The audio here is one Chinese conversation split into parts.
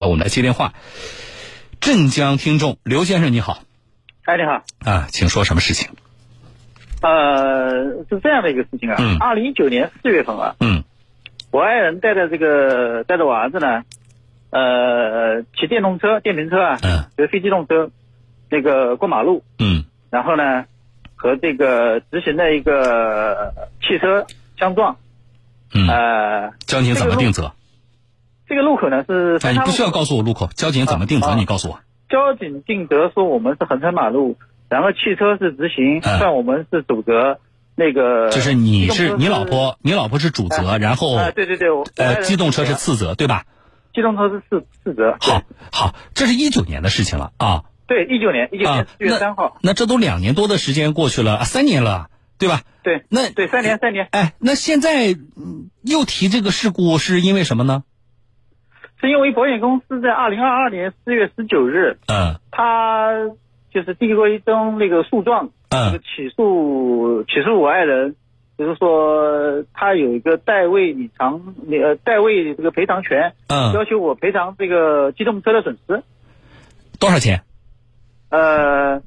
我们来接电话。镇江听众刘先生你好哎，你好，啊，请说什么事情？呃，是这样的一个事情啊嗯，二零一九年四月份啊，嗯我爱人带着这个带着我儿子呢，呃，骑电动车、电瓶车啊，嗯就是非机动车，那个过马路，嗯然后呢，和这个直行的一个呃汽车相撞，嗯，呃，交警怎么定责？这个路口呢是哎，三你岔不路需要告诉我路口，交警怎么定责？啊你告诉我。交警定责说我们是横穿马路，然后汽车是直行，嗯算我们是阻隔那呃个。就是你机是动车你老婆，你老婆是主责，然后啊，对对对，我我爱呃，人机动车是主责次责，对吧？机动车是四四折。好，好，这是一九年的事情了啊对，一九年一九年啊！四月三那号，那这都两年多的时间过去了，啊三年了，对吧？对那对，三年三年，哎，那现在嗯又提这个事故是因为什么呢？是因为保险公司在二零二二年四月十九日，嗯他就是递过一宗那个诉状，就是嗯起诉起诉我爱人，就是说他有一个代位理偿那呃代位这个赔偿权，嗯，要求我赔偿这个机动车的损失，多少钱？呃，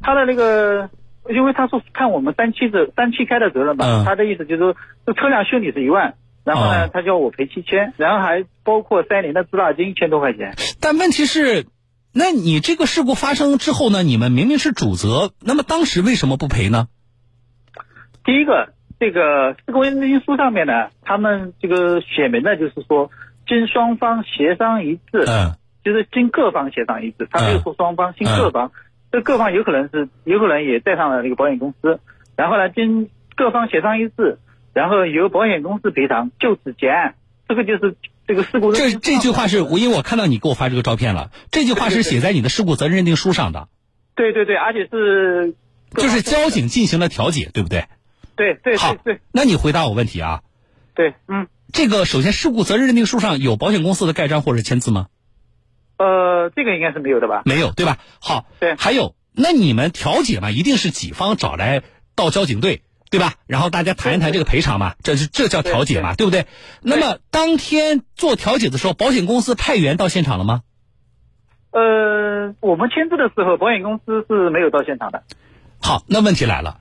他的那个。因为他说看我们三期责三期开的责任吧，嗯他的意思就是说这车辆修理是一万，然后呢，哦他叫我赔七千，然后还包括三年的滞纳金千多块钱。但问题是，那你这个事故发生之后呢？你们明明是主责，那么当时为什么不赔呢？第一个，这个事故认定书上面呢，他们这个写明了，就是说经双方协商一致，嗯就是经各方协商一致，他没有说双方，经嗯各方，这各方有可能是有可能也带上了那个保险公司，然后呢，经各方协商一致，然后由保险公司赔偿，就此结案。这个就是这个事故认这定书这句话是我，因为我看到你给我发这个照片了，这句话是写在你的事故责任认定书上的，对对对，而且是就是交警进行了调解，对不对？对对好对对那你回答我问题啊，对，嗯。这个首先事故责任认定书上有保险公司的盖章或者签字吗？呃，这个应该是没有的吧？没有，对吧？好，对还有，那你们调解嘛，一定是己方找来到交警队，对吧？然后大家谈一谈这个赔偿嘛，这是这叫调解嘛，对不对？那么当天做调解的时候，保险公司派员到现场了吗？呃，我们签字的时候，保险公司是没有到现场的。好，那问题来了，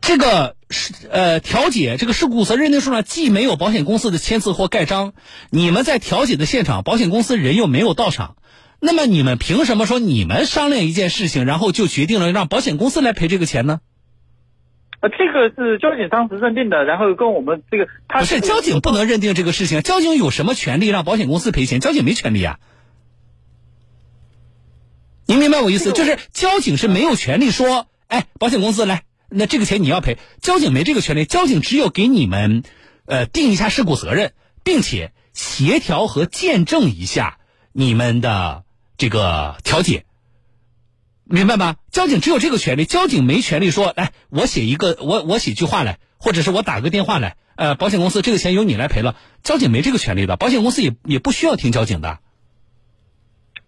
这个是呃调解这个事故责任认定书上既没有保险公司的签字或盖章，你们在调解的现场，保险公司人又没有到场，那么你们凭什么说你们商量一件事情，然后就决定了让保险公司来赔这个钱呢？呃，这个是交警当时认定的，然后跟我们这个他不是交警不能认定这个事情，交警有什么权利让保险公司赔钱？交警没权利啊。您明白我意思？这就个我是交警是没有权利说，哎，保险公司来，那这个钱你要赔。交警没这个权利，交警只有给你们，呃，定一下事故责任，并且协调和见证一下你们的这个调解。明白吧？交警只有这个权利，交警没权利说，哎，我写一个，我我写句话来，或者是我打个电话来，呃，保险公司这个钱由你来赔了，交警没这个权利的，保险公司也也不需要听交警的。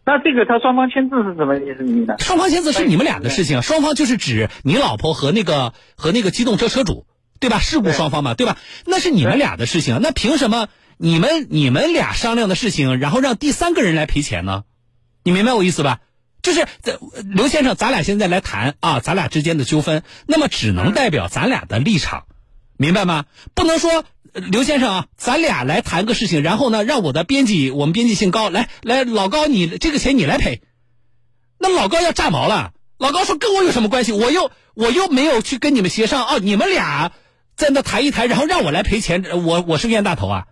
那这个他双方签字是什么意思意义呢？双方签字是你们俩的事情，双方就是指你老婆和那个和那个机动车车主，对吧？事故对双方嘛，对吧？那是你们俩的事情，那凭什么你们你们俩商量的事情，然后让第三个人来赔钱呢？你明白我意思吧？就是在刘先生，咱俩现在来谈啊，咱俩之间的纠纷，那么只能代表咱俩的立场，明白吗？不能说呃刘先生啊，咱俩来谈个事情，然后呢，让我的编辑，我们编辑姓高，来来，老高你这个钱你来赔，那老高要炸毛了。老高说跟我有什么关系？我又我又没有去跟你们协商哦，你们俩在那谈一谈，然后让我来赔钱，呃我我是冤大头啊！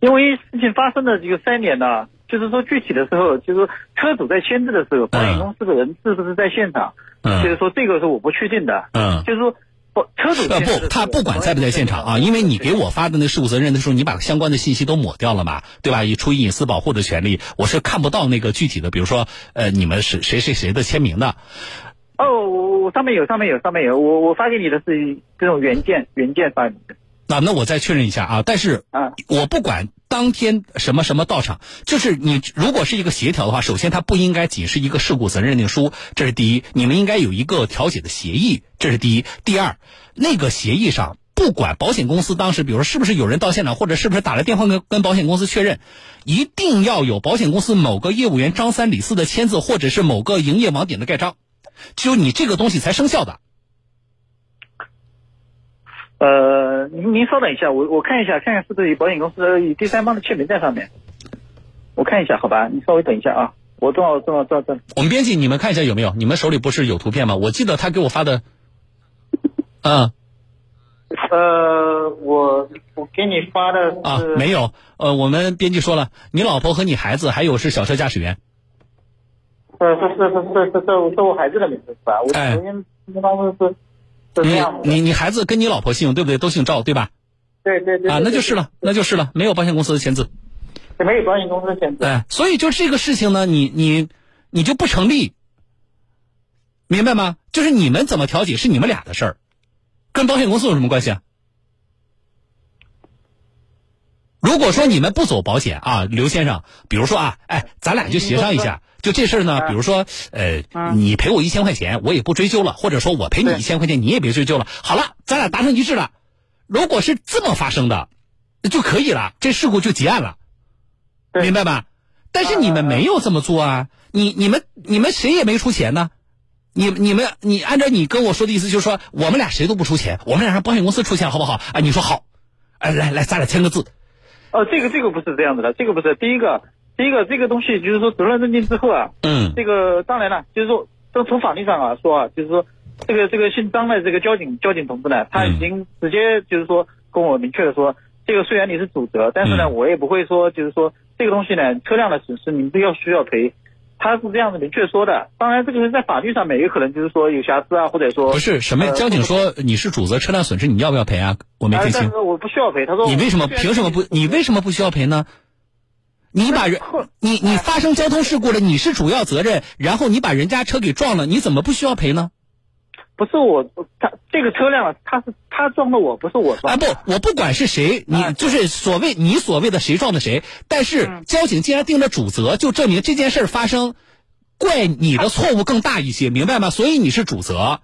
因为事情发生的这个三年呢，就是说具体的时候，就是说车主在签字的时候，保险公司的人是不是在现场？嗯就是说这个是我不确定的，嗯，就是说不车主呃签字的时不，候他不管在不在现场啊，因为你给我发的那事故责任的时候，你把相关的信息都抹掉了嘛，对吧？也出于隐私保护的权利，我是看不到那个具体的，比如说呃，你们是谁谁谁的签名的，哦，我我上面有上面有上面有，我我发给你的是这种原件原件发给你的。那那我再确认一下啊，但是嗯 我不管当天什么什么到场，就是你如果是一个协调的话，首先它不应该仅是一个事故责任认定书，这是第一，你们应该有一个调解的协议，这是第一。第二，那个协议上不管保险公司当时，比如说是不是有人到现场，或者是不是打了电话跟跟保险公司确认，一定要有保险公司某个业务员张三李四的签字，或者是某个营业网点的盖章，只有你这个东西才生效的。呃，您您稍等一下，我我看一下，看看是不是有保险公司有第三方的签名在上面。我看一下，好吧，你稍微等一下啊，我正好正好正好正好我们编辑，你们看一下有没有？你们手里不是有图片吗？我记得他给我发的，嗯呃，我我给你发的是、啊，没有。呃，我们编辑说了，你老婆和你孩子，还有是小车驾驶员。呃是是是是是是是我孩子的名字是吧？我哎昨天那方面是是这你样子的，你你孩子跟你老婆姓对不对？都姓赵对吧？对对对啊，那就是了，那就是了，没有保险公司的签字。对没有保险公司的签字。哎，所以就这个事情呢，你你你就不成立，明白吗？就是你们怎么调解是你们俩的事儿，跟保险公司有什么关系啊？如果说你们不走保险啊，刘先生，比如说啊，哎，咱俩就协商一下，就这事儿呢，比如说，呃，你赔我一千块钱，我也不追究了，或者说我赔你一千块钱，你也别追究了，好了，咱俩达成一致了。如果是这么发生的，就可以了，这事故就结案了。对明白吧？但是你们没有这么做啊！你你们你们谁也没出钱呢？你你们你按照你跟我说的意思，就是说我们俩谁都不出钱，我们俩让保险公司出钱好不好？哎，你说好，哎，来来，咱俩签个字。哦，这个这个不是这样子的，这个不是第一个，第一个这个东西就是说责任认定之后啊，嗯这个当然了，就是说，从从法律上啊说啊，就是说，这个这个姓张的这个交警交警同志呢，他已经直接就是说跟我明确的说，这个虽然你是主责，但是呢，嗯我也不会说就是说这个东西呢，车辆的损失你们都要需要赔。他是这样子明确说的，当然这个是在法律上面有可能就是说有瑕疵啊，或者说不是什么呃交警说你是主责车辆损失，你要不要赔啊？我没哎听但清是，我不需要赔。他说你为什么凭什么不？你为什么不需要赔呢？你把人后你你发生交通事故了，你是主要责任，然后你把人家车给撞了，你怎么不需要赔呢？不是我他这个车辆啊，他是他撞的我，不是我啊撞的。不，我不管是谁，你哎嗯就是所谓你所谓的谁撞的谁，但是交警既然定了主责，就证明这件事儿发生，怪你的错误更大一些，明白吗？所以你是主责。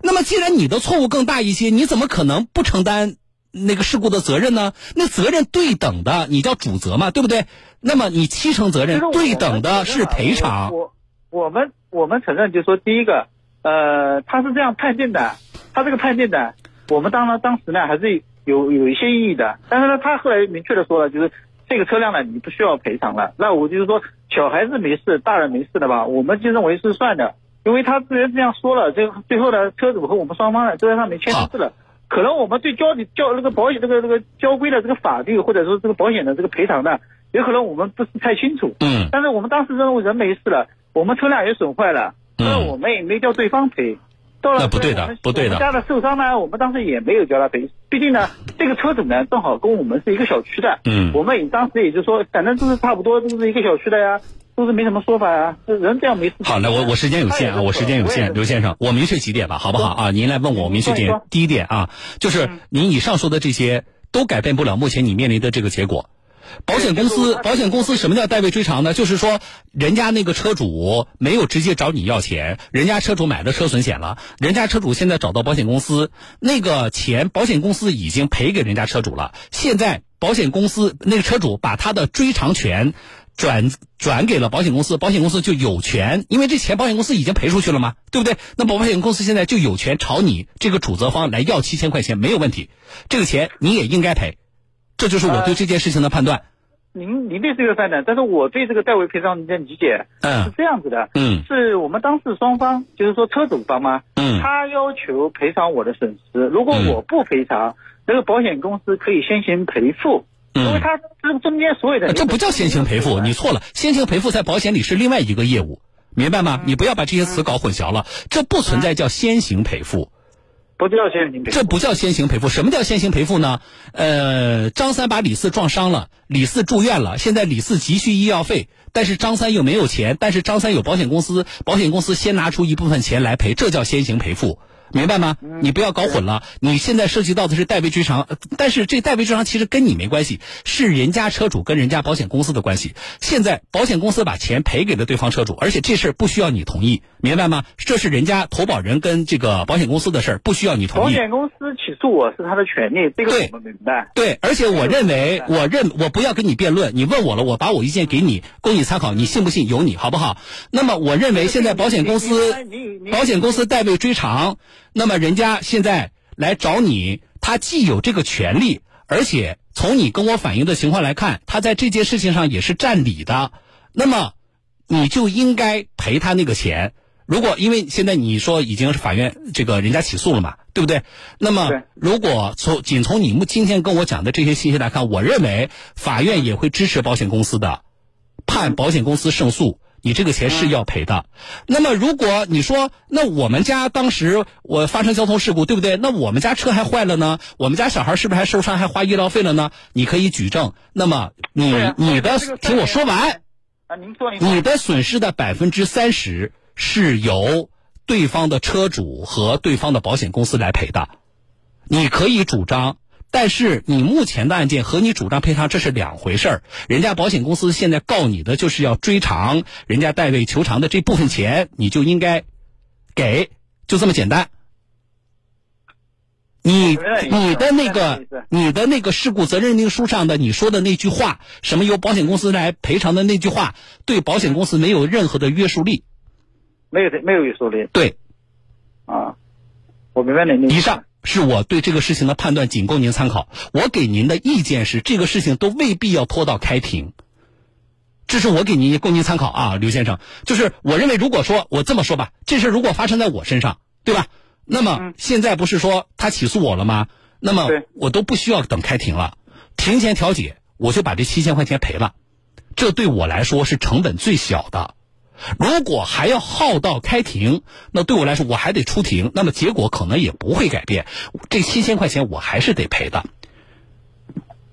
那么既然你的错误更大一些，你怎么可能不承担那个事故的责任呢？那责任对等的，你叫主责嘛，对不对？那么你七成责任就是我，们对等的承认是啊赔偿。我我我们我们承认，就是说第一个，呃，他是这样判定的，他这个判定的，我们当然当时呢还是有有一些异议的，但是呢，他后来明确的说了，就是这个车辆呢你不需要赔偿了。那我就是说，小孩子没事，大人没事的吧，我们就认为是算的，因为他既然这样说了，最后最后呢，车主和我们双方呢都在上面签好字了。可能我们对交警交那个保险这个这个交规的这个法律或者说这个保险的这个赔偿呢，有可能我们不是太清楚。嗯但是我们当时认为人没事了，我们车辆也损坏了，嗯但是我们也没叫对方赔。到了那不对的我们不对的我们家的受伤呢，我们当时也没有叫他赔，毕竟呢，这个车主呢正好跟我们是一个小区的，嗯我们也当时也就说，反正都是差不多，都是一个小区的呀，都是没什么说法呀，这人这样 没事。好，来我我时间有限啊，我时间有限，刘先生，我明确几点吧，好不好啊？您来问我，我明确几点嗯你说？嗯第一点啊，就是您以上说的这些都改变不了目前你面临的这个结果。保险公司，保险公司什么叫代位追偿呢？就是说，人家那个车主没有直接找你要钱，人家车主买了车损险了，人家车主现在找到保险公司，那个钱保险公司已经赔给人家车主了，现在保险公司那个车主把他的追偿权转转给了保险公司，保险公司就有权，因为这钱保险公司已经赔出去了嘛，对不对？那么保险公司现在就有权朝你这个主责方来要七千块钱，没有问题，这个钱你也应该赔，这就是我对这件事情的判断。您您对这个判断，但是我对这个代为赔偿的理解是嗯这样子的，嗯是我们当事双方，就是说车主方嘛，嗯他要求赔偿我的损失，如果嗯我不赔偿，那个保险公司可以先行赔付，因为嗯，哎他这中间所有的这不叫先行赔付，你错了，先行赔付在保险里是另外一个业务，明白吗？你不要把这些词搞混淆了，这不存在叫先行赔付。不叫先行赔付，这不叫先行赔付。什么叫先行赔付呢？呃，张三把李四撞伤了，李四住院了，现在李四急需医药费，但是张三又没有钱，但是张三有保险公司，保险公司先拿出一部分钱来赔，这叫先行赔付。明白吗？嗯你不要搞混了，你现在涉及到的是代为追偿，呃但是这代为追偿其实跟你没关系，是人家车主跟人家保险公司的关系。现在保险公司把钱赔给了对方车主，而且这事儿不需要你同意，明白吗？这是人家投保人跟这个保险公司的事儿，不需要你保同意。险公司起诉我是他的权利，这个对我们明白。对，而且我认为，嗯我认我不要跟你辩论，你问我了，我把我意见给你，供你参考，你信不信由你，好不好？那么我认为现在保险公司你你你你，保险公司代为追偿，那么人家现在来找你，他既有这个权利，而且从你跟我反映的情况来看，他在这件事情上也是占理的，那么你就应该赔他那个钱。如果因为现在你说已经是法院这个人家起诉了嘛，对不对？那么对如果从仅从你目今天跟我讲的这些信息来看，我认为法院也会支持保险公司的，判保险公司胜诉，你这个钱嗯是要赔的。那么如果你说，那我们家当时我发生交通事故，对不对？那我们家车还坏了呢，我们家小孩是不是还受伤还花医疗费了呢？你可以举证。那么你对啊你的这个听我说完，啊，您说您说你的损失的百分之三十是由对方的车主和对方的保险公司来赔的，你可以主张。但是你目前的案件和你主张赔偿这是两回事儿，人家保险公司现在告你的就是要追偿人家代位求偿的这部分钱，你就应该给，就这么简单。你我明白你你意思的那我个明白你意思你的那个事故责任认定书上的你说的那句话，什么由保险公司来赔偿的那句话，对保险公司没有任何的约束力。没有没有约束力对，啊，我明白您的意思以上是我对这个事情的判断，仅供您参考。我给您的意见是，这个事情都未必要拖到开庭。这是我给您供您参考啊，刘先生。就是我认为，如果说我这么说吧，这事如果发生在我身上，对吧？那么嗯现在不是说他起诉我了吗？那么对我都不需要等开庭了，庭前调解我就把这七千块钱赔了，这对我来说是成本最小的。如果还要耗到开庭，那对我来说我还得出庭，那么结果可能也不会改变。这七千块钱我还是得赔的。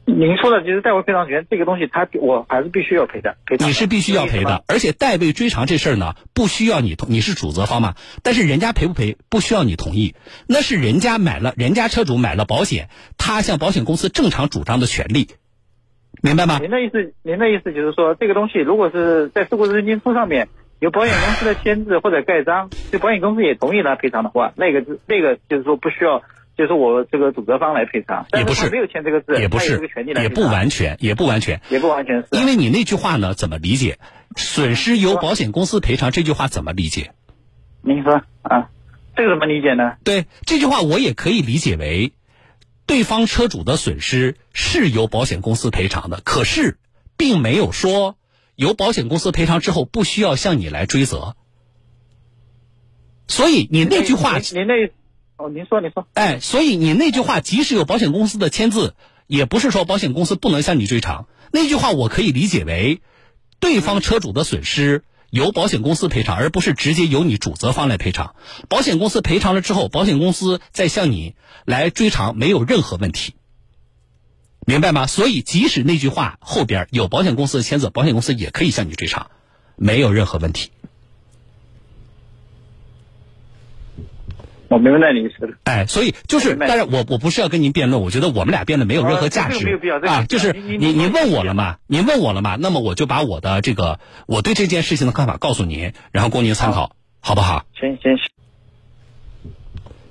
您说的就是代位赔偿权这个东西，他我还是必须要赔的，赔偿你是必须要赔的，。而且代位追偿这事儿呢，不需要你同，你是主责方嘛。但是人家赔不赔，不需要你同意，那是人家买了，人家车主买了保险，他向保险公司正常主张的权利，明白吗？您的意思，您的意思就是说，这个东西如果是在事故认定书上面有保险公司的签字或者盖章，对保险公司也同意来赔偿的话，那个是那个就是说不需要，就是我这个主责方来赔偿，但也不他是没有签这个字，也不他有这是个权利，来也赔不偿，完全，也不完全。也不完全是，因为你那句话呢，怎么理解？损失由保险公司赔偿这句话怎么理解？您说啊，这个怎么理解呢？对这句话，我也可以理解为，对方车主的损失是由保险公司赔偿的，可是并没有说由保险公司赔偿之后不需要向你来追责。所以你那句话，您您那哦，您说您说，哎，所以你那句话，即使有保险公司的签字，也不是说保险公司不能向你追偿。那句话我可以理解为，对方车主的损失由保险公司赔偿，而不是直接由你主责方来赔偿。保险公司赔偿了之后，保险公司再向你来追偿，没有任何问题。明白吗？所以即使那句话后边有保险公司的签字，保险公司也可以向你追偿，没有任何问题。我明白你意思了。哎，所以就是，嗯明白当然我我不是要跟您辩论，我觉得我们俩辩论没有任何价呃这值个没有必要这个没有啊。必就要是您您您您您问我了嘛，您问我了嘛，那么我就把我的这个我对这件事情的看法告诉您，然后供您参考，好不好？行行行，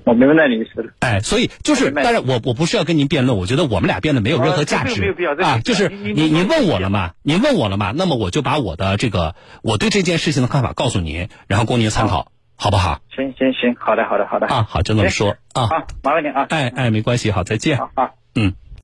我明白你意思了。哎，所以就是，明白当然我我不是要跟您辩论，我觉得我们俩辩论没有任何价呃这个没有值必要这个啊。没有必就要是您您您您您问我了嘛，您问我了嘛，那么我就把我的这个我对这件事情的看法告诉您，然后供您参考，好不好？行行行，好的好的好的，啊，好，就这么行说啊。哎好，麻烦您啊，哎哎，没关系，好，再见。好好。啊嗯。